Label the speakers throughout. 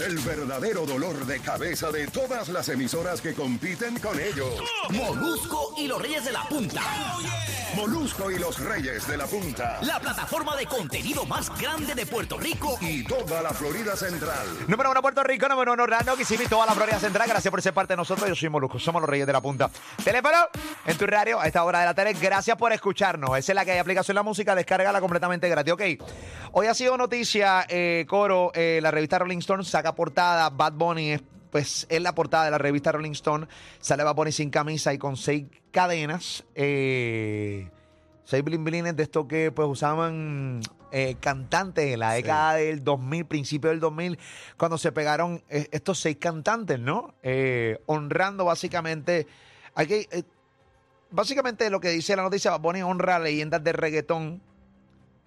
Speaker 1: El verdadero dolor de cabeza de todas las emisoras que compiten con ellos.
Speaker 2: Molusco y los Reyes de la Punta.
Speaker 1: Molusco y los Reyes de la Punta.
Speaker 2: La plataforma de contenido más grande de Puerto Rico.
Speaker 1: Y toda la Florida Central.
Speaker 3: Número uno Puerto Rico, número uno Orlando, Kissimmee, toda la Florida Central. Gracias por ser parte de nosotros. Yo soy Molusco, somos los Reyes de la Punta. Teléfono en tu radio a esta hora de la tarde. Gracias por escucharnos. Esa es la que hay aplicación La Música, descárgala completamente gratis. Ok, hoy ha sido noticia, eh, Coro, eh, la revista Rolling Stone saca portada, Bad Bunny es pues es la portada de la revista Rolling Stone. Sale Bad Bunny sin camisa y con seis cadenas. eh, seis blin blines de estos que pues usaban eh, cantantes en la década del 2000, principio del 2000, cuando se pegaron eh, estos seis cantantes, ¿no? Eh, honrando básicamente. Aquí, eh, básicamente lo que dice la noticia, Bad Bunny honra leyendas de reggaetón.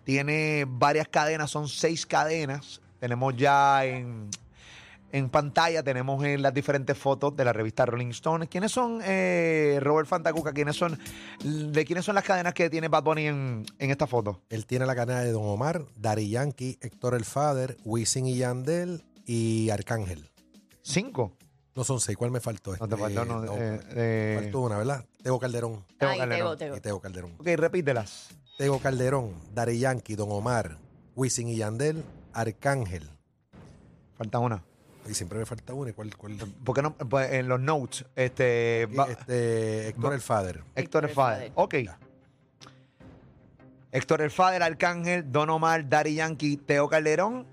Speaker 3: Tiene varias cadenas, son seis cadenas. Tenemos ya en, en pantalla, tenemos en las diferentes fotos de la revista Rolling Stone. ¿Quiénes son, eh, Robert Fantacuca, quiénes son, de quiénes son las cadenas que tiene Bad Bunny en, en esta foto?
Speaker 4: Él tiene la cadena de Don Omar, Dari Yankee, Héctor el Father, Wisin y Yandel y Arcángel.
Speaker 3: Cinco.
Speaker 4: No son seis, ¿cuál me faltó?
Speaker 3: No te faltó, no, eh, eh.
Speaker 4: faltó una, ¿verdad? Tego Calderón.
Speaker 3: Tego
Speaker 5: Ay,
Speaker 3: Calderón.
Speaker 5: Tego,
Speaker 4: Y Tego Calderón.
Speaker 3: Ok, repítelas.
Speaker 4: Tego Calderón, Dari Yankee, Don Omar, Wisin y Yandel, Arcángel.
Speaker 3: Falta una.
Speaker 4: Y siempre me falta una. ¿y ¿Cuál? cuál?
Speaker 3: ¿Por qué no? Pues, en los notes, este,
Speaker 4: Y,
Speaker 3: va-
Speaker 4: este, Héctor
Speaker 3: va-
Speaker 4: el Father.
Speaker 3: Héctor
Speaker 5: Héctor
Speaker 3: el
Speaker 5: el
Speaker 3: Fader.
Speaker 5: Fader.
Speaker 3: Ok. Héctor el Fader, Arcángel, Don Omar, Daddy Yankee, Teo Calderón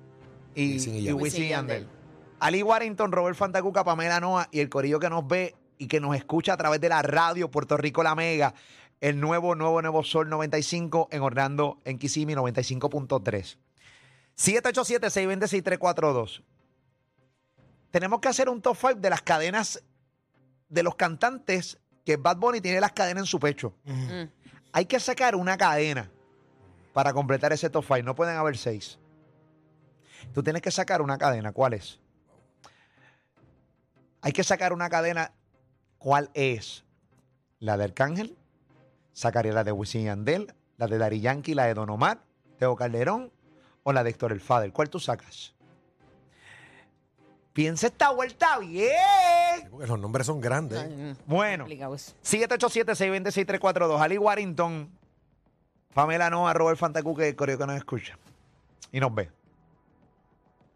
Speaker 3: y
Speaker 4: Wisin y
Speaker 3: y
Speaker 4: Yandel.
Speaker 3: Wisin
Speaker 5: Wisin
Speaker 3: y
Speaker 5: y
Speaker 3: Yandel.
Speaker 5: Yandel.
Speaker 3: Ali Warrington, Robert Fantacuca, Pamela Noa y el corillo que nos ve y que nos escucha a través de la radio Puerto Rico La Mega, el nuevo, nuevo, nuevo Sol 95 en Orlando, en Kissimmee 95.3. 787-620-6342. Tenemos que hacer un top 5 de las cadenas de los cantantes que Bad Bunny tiene las cadenas en su pecho.
Speaker 5: Mm.
Speaker 3: Hay que sacar una cadena para completar ese top 5. No pueden haber seis. Tú tienes que sacar una cadena. ¿Cuál es? Hay que sacar una cadena. ¿Cuál es? La de Arcángel. Sacaría la de Wisin y Andel. La de Dari Yankee. La de Don Omar. Teo Calderón. O la de Héctor El Fader. ¿Cuál tú sacas? Piensa esta vuelta bien.
Speaker 4: Sí, Porque los nombres son grandes. ¿eh?
Speaker 5: Ay, mm.
Speaker 3: Bueno.
Speaker 5: Complicado eso.
Speaker 3: 787-626-342. Ali Warrington, Pamela Noa, Robert Fantacuque, Coreo que nos escucha y nos ve.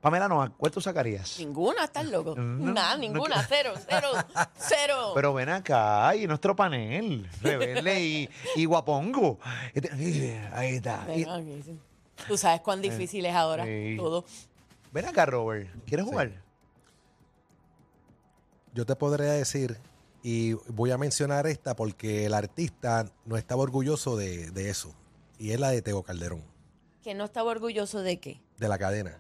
Speaker 3: Pamela Noa, ¿cuál tú sacarías?
Speaker 5: Ninguna, estás loco.
Speaker 3: No,
Speaker 5: Nada,
Speaker 3: no
Speaker 5: ninguna.
Speaker 3: quiero.
Speaker 5: Cero, cero, cero.
Speaker 3: Pero ven acá, y nuestro panel, Rebelde y, y Guapongo. Este- Ahí está. Y-
Speaker 5: Venga, aquí, sí. Tú sabes cuán
Speaker 4: Eh,
Speaker 5: difícil es ahora
Speaker 3: sí.
Speaker 5: todo.
Speaker 3: ven acá, Robert, ¿quieres
Speaker 4: Sí.
Speaker 3: jugar?
Speaker 4: Yo te podría decir, y voy a mencionar esta porque el artista no estaba orgulloso de, de eso. Y es la de Tego Calderón,
Speaker 5: Que no estaba orgulloso de qué.
Speaker 4: de la cadena.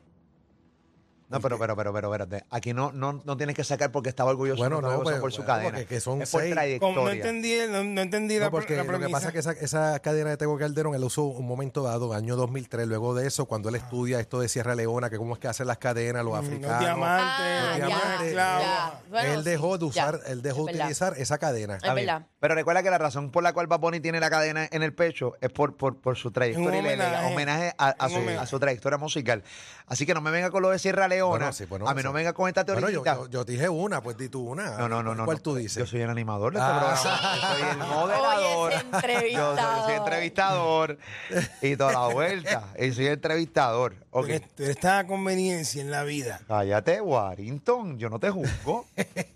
Speaker 3: No, pero, pero, pero, pero, espérate. Aquí no, no, no tienes que sacar porque estaba orgulloso,
Speaker 4: Bueno,
Speaker 3: estaba
Speaker 4: no,
Speaker 3: orgulloso
Speaker 4: pero-
Speaker 3: por su
Speaker 4: bueno,
Speaker 3: cadena.
Speaker 4: porque que son
Speaker 3: es por
Speaker 4: seis.
Speaker 3: trayectoria.
Speaker 6: Como no entendí, el- no, no entendí la,
Speaker 4: No, porque
Speaker 6: la
Speaker 4: lo que
Speaker 6: premisa.
Speaker 4: pasa es que esa, esa cadena de Tego Calderón él la usó un momento dado, año 2003. Luego de eso, cuando él estudia esto de Sierra Leona, que cómo es que hacen las cadenas, los
Speaker 6: Ah. Mm, Los
Speaker 4: africanos.
Speaker 5: Ah,
Speaker 6: diamantes,
Speaker 4: ya,
Speaker 6: los
Speaker 4: ya.
Speaker 6: diamantes, la-
Speaker 5: Bueno,
Speaker 4: él dejó
Speaker 5: sí,
Speaker 4: de
Speaker 5: ya.
Speaker 4: usar, él dejó
Speaker 5: Es
Speaker 4: de
Speaker 5: verdad.
Speaker 4: utilizar esa cadena.
Speaker 5: Es
Speaker 3: Está bien.
Speaker 5: verdad.
Speaker 3: Pero recuerda que la razón por la cual Bad Bunny tiene la cadena en el pecho es por, por, por su trayectoria. y le- le-
Speaker 6: homenaje.
Speaker 3: homenaje a, a
Speaker 6: Un
Speaker 3: su,
Speaker 6: homenaje.
Speaker 3: a su trayectoria musical. Así que no me venga con lo de Sierra Leona.
Speaker 4: Bueno, sí, bueno,
Speaker 3: a mí
Speaker 4: sí.
Speaker 3: no me venga con esta teoría.
Speaker 4: Bueno, yo, yo- yo dije una, pues di tú una.
Speaker 3: no, no, no, no.
Speaker 4: ¿Cuál
Speaker 3: no.
Speaker 4: tú
Speaker 3: Yo
Speaker 4: dices?
Speaker 3: soy el animador de este
Speaker 4: Ah.
Speaker 3: programa. Yo soy el moderador.
Speaker 5: Oye, ese
Speaker 3: yo, soy, yo soy entrevistador. y toda la vuelta. Y soy entrevistador.
Speaker 6: Tú
Speaker 3: Ok.
Speaker 6: eres- tú eres tan a conveniencia en la vida.
Speaker 3: Cállate, Warrington. Yo no te juzgo.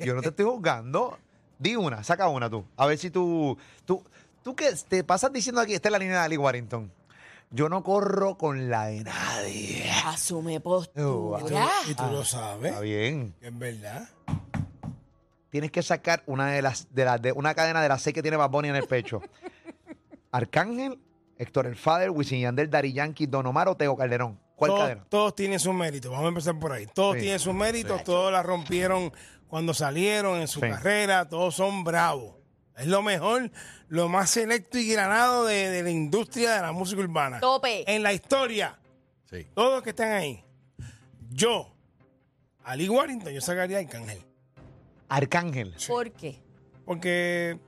Speaker 3: Yo no te estoy juzgando. Di una, saca una tú. A ver si tú. Tú, tú que te pasas diciendo aquí, esta es la línea de Ali Warrington. Yo no corro con la de nadie.
Speaker 5: Asume
Speaker 3: Oh,
Speaker 6: Y tú,
Speaker 5: postura.
Speaker 6: y tú
Speaker 4: Ah.
Speaker 6: lo sabes.
Speaker 3: Está bien.
Speaker 6: que Es verdad.
Speaker 3: Tienes que sacar una de las de las de una cadena de las seis que tiene Bad Bunny en el pecho. Arcángel, Héctor El Fader, Wisin Yandel, Dari Yankee, Don Omar o Teo Calderón. ¿Cuál
Speaker 6: todos,
Speaker 3: cadena?
Speaker 6: todos tienen sus méritos. Vamos a empezar por ahí. Todos
Speaker 3: Sí.
Speaker 6: tienen sus méritos. Todos la rompieron cuando salieron en su
Speaker 3: Sí.
Speaker 6: carrera. Todos son bravos. Es lo mejor, lo más selecto y granado de, de la industria de la música urbana.
Speaker 5: Tope.
Speaker 4: Eh.
Speaker 6: En la historia.
Speaker 4: Sí.
Speaker 6: Todos los que están ahí. Yo, Ali Warrington, yo sacaría a Arcángel.
Speaker 3: Arcángel.
Speaker 5: ¿Por qué?
Speaker 6: Porque,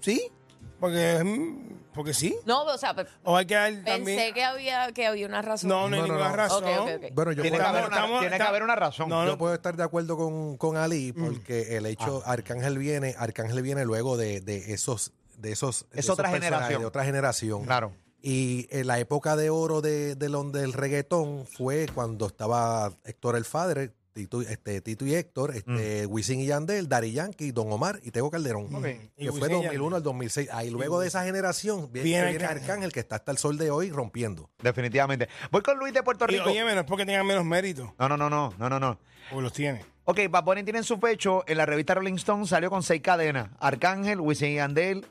Speaker 6: sí, porque mm, Porque sí.
Speaker 5: No, o sea, pe-
Speaker 6: O hay que dar también.
Speaker 5: pensé que había, que había una razón.
Speaker 6: No, no hay
Speaker 4: No, no,
Speaker 6: ninguna
Speaker 4: no.
Speaker 6: razón.
Speaker 5: Ok, ok, ok.
Speaker 4: Bueno, yo
Speaker 3: Tiene que
Speaker 4: puedo-
Speaker 3: haber una-
Speaker 6: estamos-
Speaker 3: tiene que
Speaker 6: estamos-
Speaker 3: haber una razón.
Speaker 6: No,
Speaker 4: yo puedo estar de acuerdo con, con Ali
Speaker 6: Mm.
Speaker 4: porque el hecho
Speaker 6: Ah.
Speaker 4: Arcángel viene, Arcángel viene luego de, de esos de esos de
Speaker 3: Es
Speaker 4: esos
Speaker 3: otra
Speaker 4: personajes,
Speaker 3: generación.
Speaker 4: de otra generación.
Speaker 3: Claro.
Speaker 4: Y en la época de oro de, de lo- del reggaetón fue cuando estaba Héctor el Padre, Tito, este, Tito y Héctor, este, Wisin y Yandel, Dari Yankee, Don Omar y Tego Calderón.
Speaker 6: Mm.
Speaker 4: Mm.
Speaker 6: Ok. Y
Speaker 4: Que fue
Speaker 6: Wisin y
Speaker 4: 2001 al 2006. Ahí luego de esa generación viene,
Speaker 6: Viene
Speaker 4: viene
Speaker 6: Arcángel.
Speaker 4: Arcángel que está hasta el sol de hoy rompiendo.
Speaker 3: Definitivamente. Voy con Luis de Puerto
Speaker 6: Y,
Speaker 3: Rico.
Speaker 6: oye, menos porque tengan menos mérito.
Speaker 3: No, no, no, no, no, no, no.
Speaker 6: O los tiene.
Speaker 3: Ok, Bad Bunny tiene en su pecho, en la revista Rolling Stone salió con seis cadenas. Arcángel, Wisin y Yandel,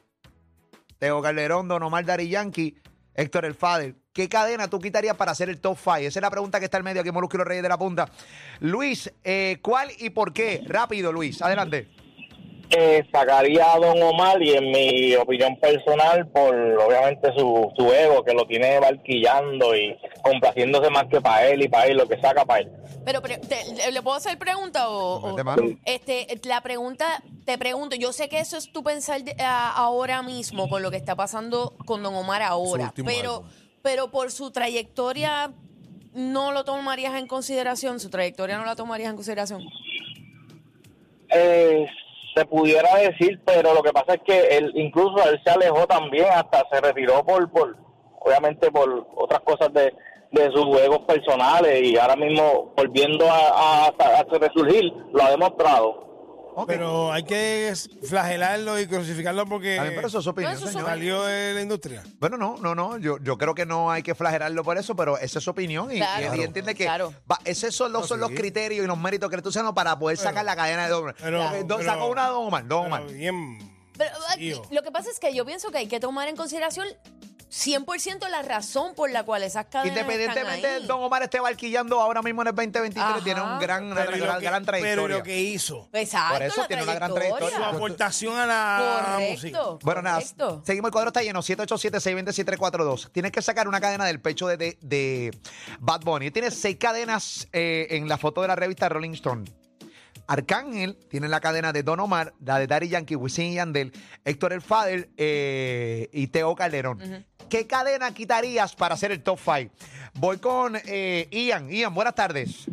Speaker 3: Teo Calderón, Don Omar, Dari Yankee, Héctor El Fader. ¿Qué cadena tú quitarías para hacer el top five? Esa es la pregunta que está al medio aquí, en Molusco y los Reyes de la Punta. Luis, eh, ¿cuál y por qué? Rápido, Luis, adelante.
Speaker 7: Eh, sacaría a Don Omar y en mi opinión personal por obviamente su, su ego que lo tiene barquillando y complaciéndose más que para él y para él lo que saca para él.
Speaker 5: Pero, pre- te- le- ¿le puedo hacer pregunta o...? o-
Speaker 3: Vete, mano.
Speaker 5: Este, la pregunta, te pregunto, yo sé que eso es tu pensar de- a- ahora mismo con lo que está pasando con Don Omar ahora,
Speaker 4: último
Speaker 5: pero,
Speaker 4: álbum.
Speaker 5: pero por su trayectoria no lo tomarías en consideración, su trayectoria no la tomarías en consideración.
Speaker 7: Eh, se pudiera decir, pero lo que pasa es que él, incluso él se alejó también, hasta se retiró por, por obviamente por otras cosas de, de sus juegos personales y ahora mismo volviendo a, a, a resurgir, lo ha demostrado.
Speaker 6: Pero hay que flagelarlo y crucificarlo porque
Speaker 3: También, pero eso es su opinión,
Speaker 5: No, eso es su
Speaker 3: señor.
Speaker 6: salió de la industria.
Speaker 3: Bueno, no, no, no. Yo, yo creo que no hay que flagelarlo por eso, pero esa es su opinión y,
Speaker 5: Claro.
Speaker 3: y- y entiende que
Speaker 5: Claro.
Speaker 3: va- esos son, los, son los criterios y los méritos que tú usas para poder sacar la cadena de Don
Speaker 6: Pero-
Speaker 3: Eh, don-
Speaker 6: pero-
Speaker 3: sacó una Don Omar, Don Omar.
Speaker 6: Pero bien.
Speaker 5: Pero ah,
Speaker 6: Hijo.
Speaker 5: lo que pasa es que yo pienso que hay que tomar en consideración 100% la razón por la cual esas cadenas
Speaker 3: Independientemente
Speaker 5: están
Speaker 3: de
Speaker 5: ahí.
Speaker 3: Don Omar esté barquillando ahora mismo en el 2023,
Speaker 5: Ajá.
Speaker 3: tiene un gran, una
Speaker 6: Pero y lo
Speaker 3: gran,
Speaker 6: que-
Speaker 3: gran trayectoria.
Speaker 6: Pero y lo que hizo.
Speaker 5: Exacto,
Speaker 3: Por eso
Speaker 5: la
Speaker 3: tiene una gran
Speaker 6: Su
Speaker 3: trayectoria.
Speaker 6: aportación a la música.
Speaker 5: Correcto.
Speaker 3: Bueno, nada,
Speaker 5: correcto.
Speaker 3: seguimos el cuadro, está lleno, 787-620-6342. Tienes que sacar una cadena del pecho de, de, de Bad Bunny. Tiene seis cadenas eh, en la foto de la revista Rolling Stone. Arcángel tiene la cadena de Don Omar, la de Daddy Yankee, Wisin y Yandel, Héctor El Fader eh, y Teo Calderón. ¿Qué cadena quitarías para hacer el top five? Voy con eh, Ian. Ian, buenas tardes.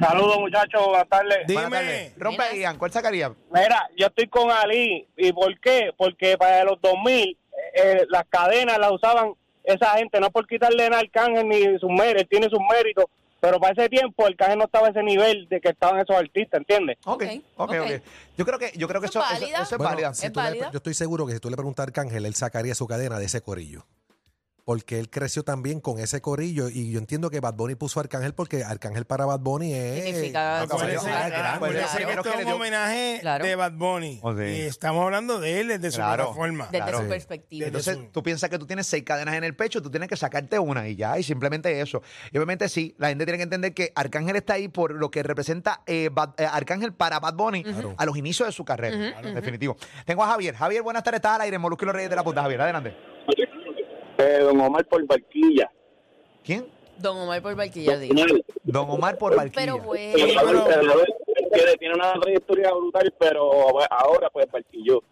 Speaker 7: Saludos muchachos, buenas tardes.
Speaker 6: Dime.
Speaker 3: Buenas tardes. Rompe,
Speaker 5: Buenas.
Speaker 3: Ian, ¿cuál sacaría?
Speaker 7: Mira, yo estoy con Ali. ¿Y por qué? Porque para los 2000 eh, las cadenas las usaban esa gente, no por quitarle en Arcángel ni sus méritos, él tiene sus méritos, pero para ese tiempo Arcángel no estaba a ese nivel de que estaban esos artistas, ¿entiendes?
Speaker 3: Ok, ok,
Speaker 5: Ok,
Speaker 3: ok.
Speaker 5: ok.
Speaker 3: Yo creo que, yo creo que
Speaker 5: Eso
Speaker 3: eso,
Speaker 5: es
Speaker 3: eso-
Speaker 5: válida.
Speaker 3: eso es
Speaker 4: Bueno,
Speaker 3: válida.
Speaker 4: si
Speaker 5: ¿Es
Speaker 4: tú le-
Speaker 5: válida?
Speaker 4: yo estoy seguro que si tú le preguntas a Arcángel, él sacaría su cadena de ese corillo. Porque él creció también con ese corillo. Y yo entiendo que Bad Bunny puso a Arcángel porque Arcángel para Bad Bunny es.
Speaker 5: Significa-
Speaker 4: Ah, caballero,
Speaker 6: Acuérdense
Speaker 5: Claro,
Speaker 4: ah,
Speaker 5: claro,
Speaker 4: grande.
Speaker 3: pues,
Speaker 6: acuérdense
Speaker 3: claro.
Speaker 6: que
Speaker 3: Creo
Speaker 6: esto
Speaker 3: que
Speaker 6: es
Speaker 3: le
Speaker 6: un
Speaker 3: dio-
Speaker 6: homenaje
Speaker 5: Claro.
Speaker 6: de Bad Bunny.
Speaker 3: Oh, sí.
Speaker 6: Y estamos hablando de él desde su
Speaker 3: Claro.
Speaker 6: plataforma.
Speaker 5: Desde
Speaker 3: Claro.
Speaker 5: su
Speaker 3: Sí.
Speaker 5: perspectiva.
Speaker 6: Desde
Speaker 3: Entonces,
Speaker 6: su-
Speaker 3: tú piensas que tú tienes seis cadenas en el pecho, tú tienes que sacarte una y ya, y simplemente eso. Y obviamente sí, la gente tiene que entender que Arcángel está ahí por lo que representa eh, Bad- eh, Arcángel para Bad Bunny
Speaker 4: Claro.
Speaker 3: a los inicios de su carrera. Definitivo. Tengo a Javier. Javier, buenas tardes, estás al aire en Molusco y los Reyes de la Punta. Javier, adelante.
Speaker 7: Eh, don Omar por barquilla.
Speaker 3: ¿Quién?
Speaker 5: Don Omar por Barquilla dijo. Eh,
Speaker 3: Don Omar por Barquilla.
Speaker 5: Pero
Speaker 6: Sí,
Speaker 5: bueno,
Speaker 6: pero-
Speaker 7: tiene una trayectoria brutal, pero ahora pues barquilló.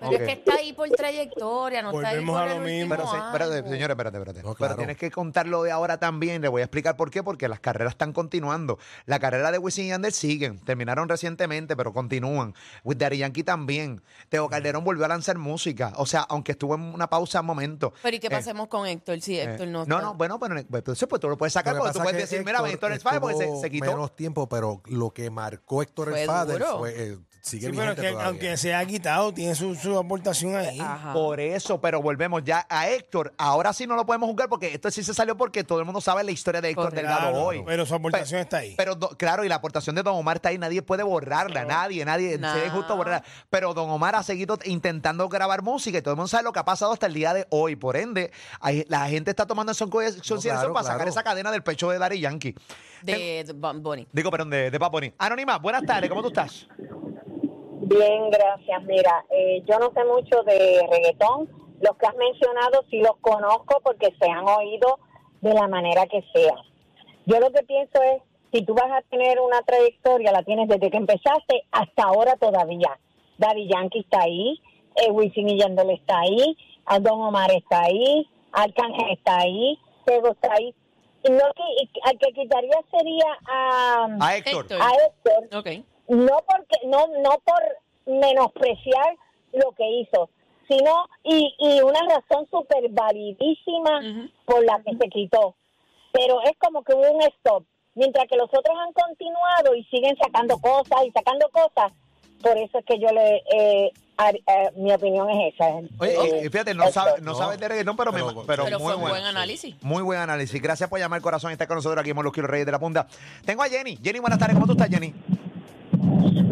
Speaker 5: pero es que está ahí por trayectoria, no está ahí
Speaker 6: Volvemos
Speaker 5: por
Speaker 6: a
Speaker 5: el
Speaker 6: lo
Speaker 5: último
Speaker 6: mismo.
Speaker 3: Pero, se-
Speaker 5: álbum.
Speaker 3: espérate, señores, espérate, espérate.
Speaker 4: No,
Speaker 3: Pero
Speaker 4: claro.
Speaker 3: tienes que contarlo de ahora también. Le voy a explicar por qué. Porque las carreras están continuando. La carrera de Wisin y Yandel siguen. Terminaron recientemente, pero continúan. With Daddy Yankee también. Teo
Speaker 4: Mm.
Speaker 3: Calderón volvió a lanzar música. O sea, aunque estuvo en una pausa un momento.
Speaker 5: Pero ¿y qué
Speaker 3: Eh,
Speaker 5: pasemos con Héctor? Si Héctor
Speaker 3: eh,
Speaker 5: no
Speaker 3: no,
Speaker 5: está.
Speaker 3: no, bueno, pero pues, entonces pues tú lo puedes sacar
Speaker 4: Lo que
Speaker 3: porque tú
Speaker 4: pasa
Speaker 3: puedes
Speaker 4: es que
Speaker 3: decir, mira, Héctor el Father, porque se,
Speaker 4: estuvo
Speaker 3: se quitó.
Speaker 4: menos tiempo, pero lo que marcó Héctor
Speaker 5: Fue
Speaker 4: el Father
Speaker 5: duro.
Speaker 4: fue, eh, sigue
Speaker 6: Sí, pero
Speaker 4: vigente
Speaker 6: que
Speaker 4: todavía.
Speaker 6: aunque se ha quitado, tiene su, su aportación ahí.
Speaker 5: Ajá.
Speaker 3: Por eso, pero volvemos ya a Héctor. Ahora sí no lo podemos juzgar porque esto sí se salió porque todo el mundo sabe la historia de Héctor
Speaker 5: Correcto.
Speaker 3: Delgado
Speaker 6: Claro,
Speaker 3: hoy.
Speaker 6: pero su aportación está ahí.
Speaker 3: Pero do- claro, y la aportación de Don Omar está ahí, nadie puede borrarla, nadie, nadie,
Speaker 5: Nah.
Speaker 3: sería injusto borrarla. Pero Don Omar ha seguido intentando grabar música y todo el mundo sabe lo que ha pasado hasta el día de hoy. Por ende, hay- la gente está tomando eso en co- consideración
Speaker 4: claro,
Speaker 3: para sacar
Speaker 4: claro.
Speaker 3: esa cadena del pecho de Dari Yankee.
Speaker 5: De de Bad Bunny.
Speaker 3: Digo, perdón, de, de Bad Bunny. Anónima, buenas tardes, ¿cómo tú estás?
Speaker 8: Bien, gracias. Mira, eh, yo no sé mucho de reggaetón. Los que has mencionado sí los conozco porque se han oído de la manera que sea. Yo lo que pienso es, si tú vas a tener una trayectoria, la tienes desde que empezaste hasta ahora todavía. Daddy Yankee está ahí, eh, Wisin y Yandel está ahí, a Don Omar está ahí, Arcángel está ahí, Tego está ahí. Y no, qui- y al que quitaría sería a,
Speaker 3: A Héctor.
Speaker 5: Héctor.
Speaker 8: a Héctor,
Speaker 5: Ok.
Speaker 8: no porque no no por menospreciar lo que hizo sino y, y una razón súper validísima
Speaker 5: Ujú.
Speaker 8: por la que se quitó pero es como que hubo un stop mientras que los otros han continuado y siguen sacando cosas y sacando cosas por eso es que yo le eh, ar- eh, mi opinión es esa
Speaker 3: Oye,
Speaker 8: Eh,
Speaker 3: y- y fíjate, no
Speaker 8: Héctor.
Speaker 3: sabes no sabe de reggaetón, pero, me-
Speaker 4: Pero-
Speaker 3: pero
Speaker 5: Pero
Speaker 3: muy
Speaker 5: fue un
Speaker 3: bueno.
Speaker 5: buen análisis.
Speaker 3: Muy buen análisis. Gracias por llamar, corazón. Está con nosotros aquí en Molusquillo Reyes de la Punta. Tengo a Jenny. Jenny, buenas tardes. ¿Cómo tú estás, Jenny?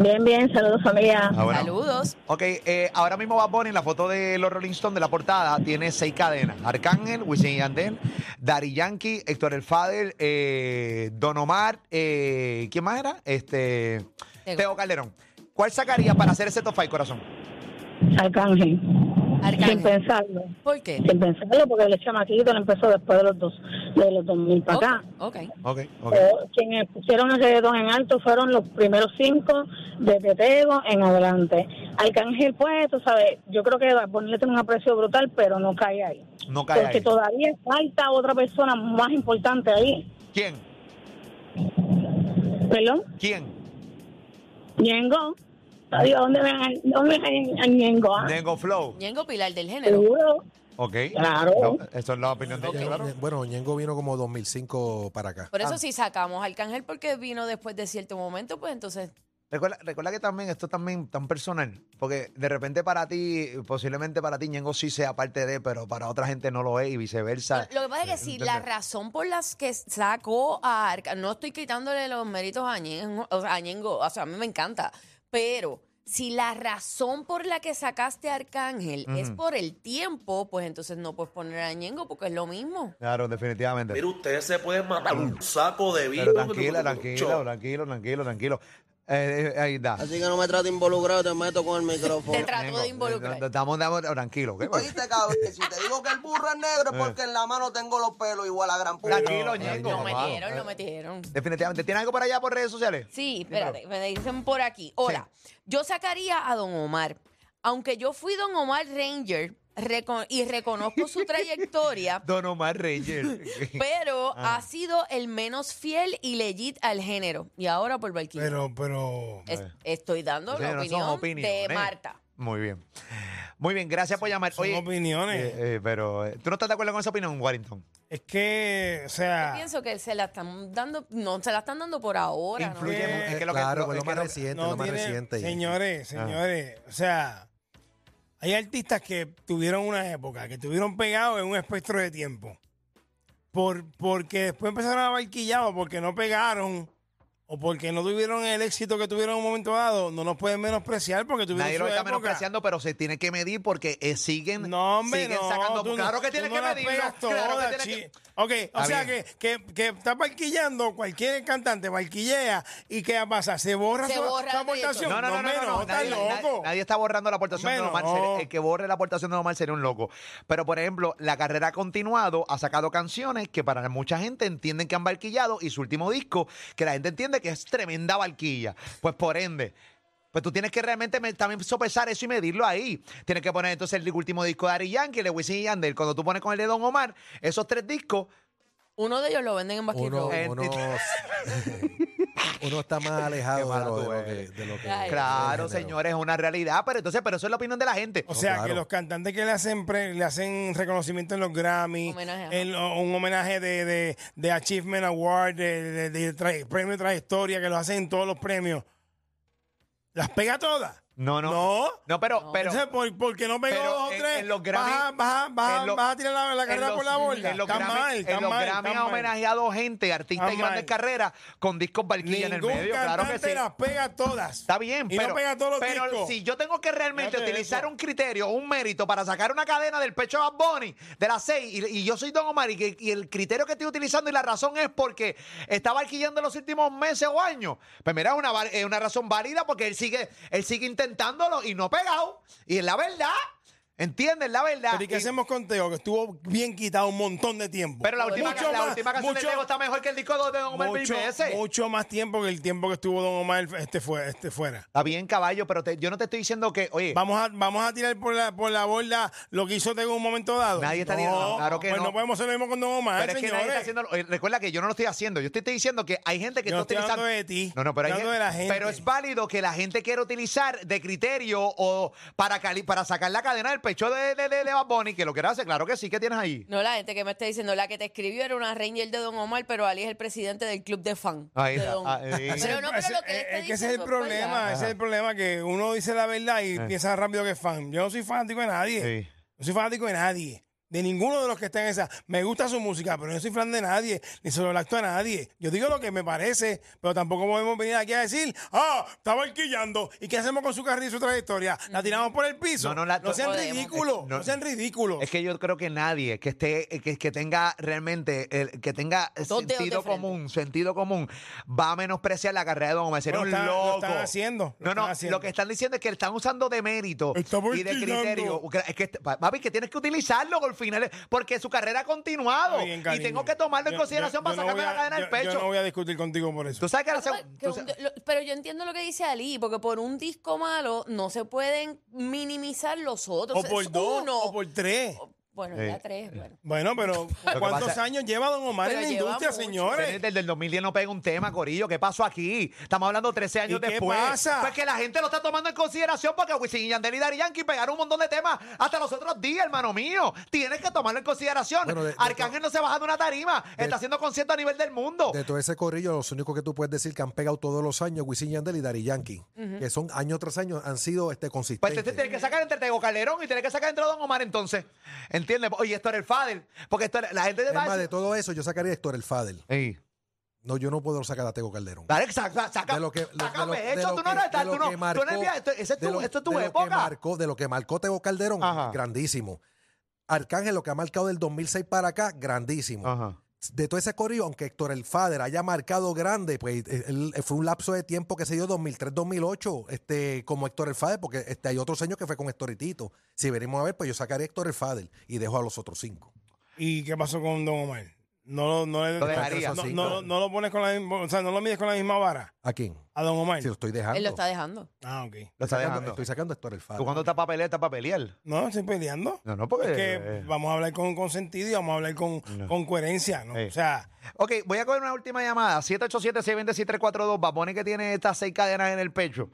Speaker 8: bien bien saludos familia
Speaker 3: Ah, bueno.
Speaker 5: Saludos.
Speaker 3: Ok, eh, ahora mismo Bad Bunny en la foto de los Rolling Stones de la portada tiene seis cadenas. Arcángel, Wisin y Yandel, Dari Yankee, Héctor El Fader, eh, Don Omar, eh, ¿quién más era? Este,
Speaker 5: Tego.
Speaker 3: Teo Calderón. ¿Cuál sacaría para hacer ese top five, corazón?
Speaker 8: Arcángel sin
Speaker 5: Arcángel.
Speaker 8: pensarlo
Speaker 5: ¿Por qué?
Speaker 8: sin pensarlo porque el chamaquito lo empezó después de los dos de los 2000 para acá
Speaker 5: Ok.
Speaker 3: Ok, ok.
Speaker 8: Eh, quienes pusieron el reggaetón en alto fueron los primeros cinco desde Tego en adelante. Arcángel, pues, tú sabes, yo creo que Bad Bunny le tiene un aprecio brutal, pero no cae ahí.
Speaker 3: No cae
Speaker 8: porque
Speaker 3: ahí.
Speaker 8: todavía falta otra persona más importante ahí.
Speaker 3: ¿Quién?
Speaker 8: Perdón,
Speaker 3: ¿Quién?
Speaker 8: Ñengo. Adiós, ¿dónde ven a- dónde ven a Ñengo? ah?
Speaker 3: Nengo Flow.
Speaker 5: Ñengo Pilar del género.
Speaker 8: Seguro.
Speaker 3: Ok.
Speaker 8: Claro.
Speaker 3: No, esa es la opinión de ella, claro.
Speaker 4: Bueno, Ñengo vino como 2005 para acá.
Speaker 5: Por eso si sacamos Arcángel porque vino después de cierto momento, pues entonces
Speaker 3: Recuerda, recuerda que también esto es también tan personal, porque de repente para ti, posiblemente para ti Ñengo sí sea parte de, pero para otra gente no lo es y viceversa.
Speaker 5: Lo que pasa es que si
Speaker 3: ¿Entiendes?
Speaker 5: la razón por las que sacó a Arca, no estoy quitándole los méritos a Ñengo, o sea, a Ñengo, o sea, a mí me encanta, pero si la razón por la que sacaste a Arcángel es
Speaker 3: Ujú.
Speaker 5: por el tiempo, pues entonces no puedes poner a Ñengo porque es lo mismo.
Speaker 3: Claro, definitivamente.
Speaker 9: Mira, ustedes se pueden matar un saco de vino.
Speaker 3: Pero tranquila, tranquilo, tranquilo, tranquilo, tranquilo. Eh, eh, ahí está.
Speaker 10: Así que no me trates involucrado, te meto con el micrófono.
Speaker 5: Te trato
Speaker 3: Ñengo,
Speaker 5: de involucrar.
Speaker 3: eh, Estamos, estamos tranquilos. ¿ok? Eh.
Speaker 10: Oíste, pues, cabrón, si te digo que el burro es negro es porque en la mano tengo los pelos igual a gran puta.
Speaker 3: Tranquilo, Ñengo.
Speaker 5: Lo
Speaker 3: mamá.
Speaker 5: metieron, lo metieron.
Speaker 3: Definitivamente. ¿Tienes algo para allá por redes sociales?
Speaker 5: Eh, Sí, espérate, me dicen por aquí. Hola, yo sacaría a Don Omar. Aunque yo fui Don Omar Ranger reco- y reconozco su trayectoria,
Speaker 3: Don Omar Reyes.
Speaker 5: pero
Speaker 3: Ah.
Speaker 5: ha sido el menos fiel y legit al género. Y ahora por Valkyrie.
Speaker 6: Pero, pero.
Speaker 5: Es- estoy dando
Speaker 3: Señoras,
Speaker 5: la
Speaker 3: son
Speaker 5: opinión de
Speaker 3: opiniones.
Speaker 5: Marta.
Speaker 3: Muy bien. Muy bien, gracias por llamar.
Speaker 6: Son
Speaker 3: Oye,
Speaker 6: opiniones.
Speaker 3: eh, eh, pero eh, tú no estás de acuerdo con esa opinión, Warrington.
Speaker 6: Es que, o
Speaker 3: Ah.
Speaker 6: sea.
Speaker 5: Pienso que se la están dando, no, se la están dando por ahora. ¿no?
Speaker 3: Influye
Speaker 6: Eh,
Speaker 3: mu- es que lo que-
Speaker 4: claro,
Speaker 3: lo-
Speaker 4: fue
Speaker 3: es
Speaker 4: lo
Speaker 3: que
Speaker 4: más
Speaker 3: lo-
Speaker 4: reciente,
Speaker 6: no
Speaker 4: lo más
Speaker 6: tiene-
Speaker 4: reciente. y-
Speaker 6: Señores,
Speaker 3: Ah.
Speaker 6: señores, o sea, hay artistas que tuvieron una época, que tuvieron pegados en un espectro de tiempo. Por, porque después empezaron a barquillados, porque no pegaron o porque no tuvieron el éxito que tuvieron en un momento dado, no nos pueden menospreciar porque tuvieron
Speaker 3: Nadie
Speaker 6: su
Speaker 3: lo está
Speaker 6: época.
Speaker 3: menospreciando, pero se tiene que medir porque eh, siguen,
Speaker 6: No, hombre,
Speaker 3: siguen
Speaker 6: no,
Speaker 3: sacando.
Speaker 6: tú no-
Speaker 3: claro que
Speaker 6: tú
Speaker 3: tienes
Speaker 6: no
Speaker 3: que
Speaker 6: las
Speaker 3: medirlo.
Speaker 6: pegas
Speaker 3: claro que
Speaker 6: todas,
Speaker 3: tienes
Speaker 6: chi-
Speaker 3: que-
Speaker 6: Ok, o
Speaker 3: Está
Speaker 6: sea
Speaker 3: bien.
Speaker 6: que, que, que está barquillando cualquier cantante, barquillea, ¿y qué pasa? ¿Se borra
Speaker 5: Se
Speaker 6: su
Speaker 5: borra
Speaker 6: su
Speaker 5: el proyecto.
Speaker 6: aportación?
Speaker 3: No, no, no, no,
Speaker 6: hombre,
Speaker 3: no, no,
Speaker 6: estás
Speaker 3: nadie, nadie-
Speaker 6: loco.
Speaker 3: nadie está borrando la aportación de
Speaker 6: Hombre,
Speaker 3: Omar.
Speaker 6: no.
Speaker 3: sería- El que borre la aportación de Omar sería un loco. Pero, por ejemplo, la carrera ha continuado, ha sacado canciones que para mucha gente entienden que han barquillado y su último disco, que la gente entiende que es tremenda barquilla. Pues, por ende... Pues tú tienes que realmente me- también sopesar eso y medirlo ahí. Tienes que poner entonces el último disco de Ari Yankee, el de Wisin y Yandel. Cuando tú pones con el de Don Omar, esos tres discos,
Speaker 5: Uno de ellos lo venden en Baskin
Speaker 4: uno,
Speaker 5: Robbins.
Speaker 3: Eh,
Speaker 4: uno, uno está más alejado
Speaker 3: mala
Speaker 4: de lo, de
Speaker 3: tú
Speaker 4: lo que,
Speaker 3: eres.
Speaker 4: de lo que-
Speaker 5: Ay.
Speaker 3: claro,
Speaker 4: del género.
Speaker 3: señores, es una realidad. Pero entonces, pero eso es la opinión de la gente.
Speaker 6: O sea,
Speaker 4: claro.
Speaker 6: que los cantantes que le hacen pre- le hacen reconocimiento en los Grammy,
Speaker 5: Homenaje, ajá.
Speaker 6: en lo- un homenaje de, de- de Achievement Award, de, de- de tra- premio de trayectoria, que lo hacen en todos los premios. ¿Las pega todas?
Speaker 3: No, no.
Speaker 6: No.
Speaker 3: No, pero, pero.
Speaker 6: Entonces, ¿por, porque no pegó
Speaker 3: pero
Speaker 6: dos o
Speaker 3: en-
Speaker 6: tres?
Speaker 3: en los Grammy-
Speaker 6: baja, baja, baja,
Speaker 3: en los-
Speaker 6: baja a tirar la, la carrera
Speaker 3: en los-
Speaker 6: por la borda.
Speaker 3: En los
Speaker 6: Está
Speaker 3: Grammy,
Speaker 6: mal,
Speaker 3: en
Speaker 6: está
Speaker 3: los
Speaker 6: mal,
Speaker 3: Grammy
Speaker 6: está
Speaker 3: ha
Speaker 6: mal.
Speaker 3: homenajeado gente, artistas y
Speaker 6: Está
Speaker 3: grandes
Speaker 6: mal.
Speaker 3: carreras con discos barquilla en el
Speaker 6: Ningún
Speaker 3: medio. Claro que
Speaker 6: cantante
Speaker 3: sí.
Speaker 6: las pega todas.
Speaker 3: Está bien,
Speaker 6: y
Speaker 3: pero,
Speaker 6: no pega todos los
Speaker 3: pero
Speaker 6: discos.
Speaker 3: si yo tengo que realmente
Speaker 6: Fíjate
Speaker 3: utilizar
Speaker 6: eso.
Speaker 3: un criterio, un mérito para sacar una cadena del pecho a Bonnie de las seis y, y yo soy Don Omar y, que- y el criterio que estoy utilizando y la razón es porque estaba alquillando los últimos meses o años, pues mira, es una, val- es una razón válida porque él sigue, él sigue intentándolo y no ha pegado. Y es la verdad. ¿Entienden? La verdad.
Speaker 6: Pero ¿y qué
Speaker 3: Y-
Speaker 6: hacemos con Teo? Que estuvo bien quitado un montón de tiempo.
Speaker 3: pero la última,
Speaker 6: Mucho
Speaker 3: la
Speaker 6: más-
Speaker 3: última canción
Speaker 6: mucho-
Speaker 3: de Diego está mejor que el disco de Don Omar
Speaker 6: mucho,
Speaker 3: BBS.
Speaker 6: mucho más tiempo que el tiempo que estuvo Don Omar este, fue, este fuera.
Speaker 3: Está bien, caballo, pero te- yo no te estoy diciendo que, oye,
Speaker 6: Vamos a, vamos a tirar por la, por la borda lo que hizo Teo en un momento dado.
Speaker 3: Nadie está tirando, claro que
Speaker 6: pues
Speaker 3: no.
Speaker 6: podemos hacer lo mismo con Don Omar,
Speaker 3: pero es que nadie está
Speaker 6: señores.
Speaker 3: haciendo. oye, recuerda que yo no lo estoy haciendo. Yo te estoy diciendo que hay gente que
Speaker 6: Yo
Speaker 3: está
Speaker 6: no estoy
Speaker 3: utilizando.
Speaker 6: hablando de ti,
Speaker 3: No, no, pero hay
Speaker 6: estoy hablando de la
Speaker 3: Pero
Speaker 6: gente.
Speaker 3: es válido que la gente quiera utilizar de criterio o para, cali- para sacar la cadena del pecho de, de, de, de Bad Bunny, que lo que hace, claro que sí, que tienes ahí.
Speaker 5: No, la gente que me está diciendo, la que te escribió era una Ranger de Don Omar, pero Ali es el presidente del club de fan.
Speaker 3: Ahí
Speaker 5: de
Speaker 3: está.
Speaker 5: Don.
Speaker 3: Ah, eh,
Speaker 5: Pero no, pero lo que
Speaker 6: Ese-
Speaker 5: le está
Speaker 6: es que ese es
Speaker 5: diciendo
Speaker 6: el
Speaker 5: pues, es verdad.
Speaker 6: problema, ese es el problema que uno dice la verdad y piensa rápido que es fan. Yo no soy fanático de nadie.
Speaker 3: Eh. Sí.
Speaker 6: No soy fanático de nadie. De ninguno de los que están en esa. Me gusta su música, pero no soy fan de nadie, ni se lo lacto a nadie. Yo digo lo que me parece, pero tampoco podemos venir aquí a decir, ah, estaba alquillando. ¿Y qué hacemos con su carrera y su trayectoria? ¿La tiramos por el piso?
Speaker 3: No, no, la-
Speaker 6: sean
Speaker 5: podemos.
Speaker 6: ridículos,
Speaker 3: No.
Speaker 6: no, sean ridículos.
Speaker 3: Es que yo creo que nadie que esté, eh, que, que tenga realmente, el- que tenga eh,
Speaker 5: dedos de
Speaker 3: sentido
Speaker 5: frente.
Speaker 3: común, sentido común, va a menospreciar la carrera de Don Omar. Sería
Speaker 6: Bueno,
Speaker 3: un
Speaker 6: está- lo
Speaker 3: loco.
Speaker 6: están haciendo, lo
Speaker 3: no, no,
Speaker 6: están haciendo.
Speaker 3: lo que están diciendo es que están usando de mérito
Speaker 6: Estamos
Speaker 3: y de
Speaker 6: estirando.
Speaker 3: criterio. Es que, pa- papi, que tienes que utilizarlo al final, porque su carrera ha continuado.
Speaker 6: Está bien,
Speaker 3: y
Speaker 6: cariño.
Speaker 3: tengo que tomarlo en
Speaker 6: Yo-
Speaker 3: consideración
Speaker 6: yo-
Speaker 3: para
Speaker 6: yo no
Speaker 3: sacarme la
Speaker 6: voy a-
Speaker 3: cadena del
Speaker 6: yo-
Speaker 3: pecho.
Speaker 6: Yo no voy a Ah, pues, discutir contigo por eso.
Speaker 3: Tú sabes que la
Speaker 5: Pero,
Speaker 3: segunda.
Speaker 5: Ah, pues, que un- lo- pero yo entiendo lo que dice Ali, porque por un disco malo no se pueden minimizar los otros.
Speaker 6: o por
Speaker 5: Es
Speaker 6: dos,
Speaker 5: uno.
Speaker 6: o por tres.
Speaker 5: Bueno,
Speaker 3: Sí.
Speaker 5: ya tres, bueno.
Speaker 6: Bueno, pero
Speaker 3: que
Speaker 6: ¿cuántos
Speaker 3: pasa-
Speaker 6: años lleva Don Omar
Speaker 5: Pero
Speaker 6: en la
Speaker 5: lleva
Speaker 6: industria,
Speaker 5: mucho.
Speaker 6: señores?
Speaker 3: Desde el 2010 no pega un tema, Corillo. ¿Qué pasó aquí? Estamos hablando 13 años
Speaker 6: ¿Y qué
Speaker 3: después.
Speaker 6: pasa?
Speaker 3: Pues que la gente lo está tomando en consideración porque Wisin y Yandel y Dari Yankee pegaron un montón de temas hasta los otros días, hermano mío. Tienes que tomarlo en consideración.
Speaker 4: Bueno, de- de
Speaker 3: Arcángel no se baja de una tarima. está haciendo conciertos a nivel del mundo.
Speaker 4: De todo ese corrillo, los únicos que tú puedes decir que han pegado todos los años, Wisin Yandel y Dari Yankee, que son año tras año han sido este,
Speaker 3: Pues
Speaker 4: consistentes.
Speaker 3: te, tienes que sacar entre Tego Calderón y tienes que sacar entre Don Omar entonces. ¿Entiendes? Oye, esto era el Fader. Porque esto era- la gente de
Speaker 4: es más, de todo eso, yo sacaría a Héctor el Fadel.
Speaker 3: Ey.
Speaker 4: No, yo no puedo sacar a Tego Calderón.
Speaker 3: Dale, saca, saca,
Speaker 4: de lo que de lo-
Speaker 3: saca
Speaker 4: de lo- de
Speaker 3: pecho,
Speaker 4: lo
Speaker 3: tú
Speaker 4: que-
Speaker 3: no eres
Speaker 4: de
Speaker 3: tal,
Speaker 4: lo
Speaker 3: tú no,
Speaker 4: que
Speaker 3: tú no eres
Speaker 4: marcó-
Speaker 3: vía- esto- ese es
Speaker 4: de
Speaker 3: tu-
Speaker 4: lo-
Speaker 3: esto es tu
Speaker 4: de lo que
Speaker 3: época.
Speaker 4: marcó- de lo que marcó Tego Calderón,
Speaker 3: Ajá.
Speaker 4: grandísimo. Arcángel, lo que ha marcado del 2006 para acá, grandísimo.
Speaker 3: Ajá.
Speaker 4: De todo ese corrido, aunque Héctor el Fader haya marcado grande, pues él- él- fue un lapso de tiempo que se dio 2003-2008 este, como Héctor el Fader, porque este, hay otros años que fue con Héctor y Tito. Si venimos a ver, pues yo sacaré a Héctor el Fader y dejo a los otros cinco.
Speaker 6: ¿Y qué pasó con Don Omar? No lo, no le-
Speaker 3: Lo dejaría.
Speaker 6: no- no- no lo pones con la misma, o sea, no lo mides con la misma vara
Speaker 4: ¿A quién?
Speaker 6: a Don Omar.
Speaker 4: Si lo estoy dejando.
Speaker 5: Él lo está dejando.
Speaker 6: Ah, ok.
Speaker 3: Lo está
Speaker 4: Estoy sacando-
Speaker 3: dejando.
Speaker 4: Estoy sacando a Héctor el
Speaker 3: Tú
Speaker 4: Fader.
Speaker 3: cuando estás para pelear, estás para pelear.
Speaker 6: No, estoy peleando.
Speaker 3: No, no, porque-
Speaker 6: Es que vamos a hablar con, con sentido y vamos a hablar con, con coherencia, ¿no?
Speaker 3: Ey.
Speaker 6: O sea,
Speaker 3: Ok, voy a coger una última llamada. 787-620-6342. Baboni que tiene estas seis cadenas en el pecho.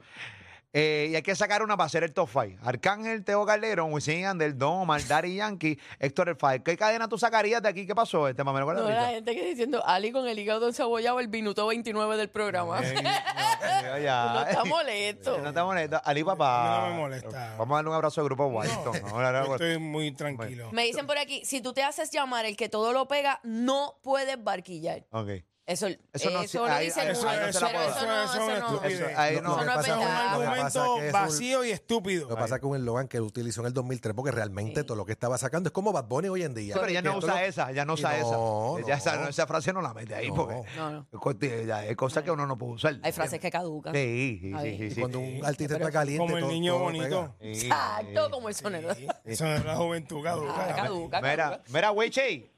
Speaker 3: Eh, y hay que sacar una para hacer el top five. Arcángel, Teo Calderón, Wisin Yandel, Don Omar, Daddy Yankee, Héctor El Five. ¿Qué cadena tú sacarías de aquí? ¿Qué pasó? Este mamero, ¿cuál es
Speaker 5: No,
Speaker 3: la
Speaker 5: la
Speaker 3: rica?
Speaker 5: gente que está diciendo Ali con el hígado encebollado el minuto 29 del programa.
Speaker 3: Eh, ya.
Speaker 5: No está molesto.
Speaker 3: No está molesto. Ali, papá.
Speaker 6: No me molesta.
Speaker 3: Vamos a darle un abrazo al grupo Washington. No, no, no,
Speaker 6: yo
Speaker 3: no.
Speaker 6: estoy muy tranquilo.
Speaker 5: Me dicen por aquí, si tú te haces llamar el que todo lo pega, no puedes barquillar.
Speaker 3: Ok.
Speaker 5: Eso,
Speaker 3: Eso
Speaker 5: eso
Speaker 3: no-
Speaker 5: no,
Speaker 3: ahí- ahí-
Speaker 5: dice
Speaker 6: eso-
Speaker 5: mucho,
Speaker 6: eso-
Speaker 5: pero eso
Speaker 6: eso-
Speaker 5: no, eso
Speaker 6: eso es
Speaker 5: no.
Speaker 6: una estupidez.
Speaker 3: Eso- ahí
Speaker 4: Lo-
Speaker 3: no-
Speaker 4: lo
Speaker 5: Eso
Speaker 4: que
Speaker 5: no es
Speaker 4: pasa
Speaker 6: es un
Speaker 5: verdad.
Speaker 4: lo que pasa
Speaker 6: argumento
Speaker 4: es que es un-
Speaker 6: vacío y estúpido.
Speaker 4: Lo que pasa es que un eslogan que él utilizó en el 2003, porque realmente todo lo que estaba sacando es como Bad Bunny hoy en día.
Speaker 3: Pero ya no
Speaker 4: Que todo
Speaker 3: usa
Speaker 4: lo-
Speaker 3: esa, ya no usa
Speaker 4: Y
Speaker 3: esa.
Speaker 4: no,
Speaker 3: Ya esa,
Speaker 4: no.
Speaker 3: no, esa frase no la mete ahí
Speaker 4: No.
Speaker 3: porque
Speaker 5: No, no.
Speaker 3: es cosa- ya es cosa que uno no puede usar.
Speaker 5: Hay frases que caducan.
Speaker 3: Sí, sí,
Speaker 5: A
Speaker 3: sí,
Speaker 5: ver.
Speaker 3: sí,
Speaker 4: Y
Speaker 3: sí.
Speaker 4: cuando un artista
Speaker 5: Pero
Speaker 4: está caliente,
Speaker 6: como el
Speaker 4: todo-
Speaker 6: niño
Speaker 4: todo
Speaker 6: bonito.
Speaker 4: pega.
Speaker 3: Sí.
Speaker 5: Exacto, como el sonero.
Speaker 6: Eso no es la juventud, caduca.
Speaker 5: Ah, caduca,
Speaker 3: Mira,
Speaker 5: caduca.
Speaker 3: mira, Weichi.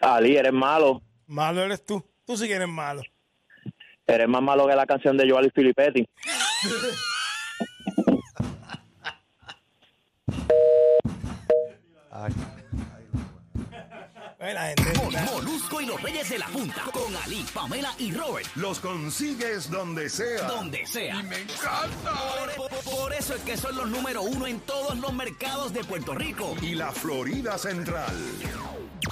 Speaker 7: Ali, eres malo.
Speaker 6: Malo eres tú. Tú sí que eres malo.
Speaker 7: Eres más malo que la canción de Joali Filippetti.
Speaker 6: Ay, La gente está-
Speaker 2: Molusco y los Reyes de la Punta. Con Ali, Pamela y Robert.
Speaker 1: Los consigues donde sea.
Speaker 2: Donde sea. me encanta. Por, por eso es que son los número uno en todos los mercados de Puerto Rico.
Speaker 1: Y la Florida Central.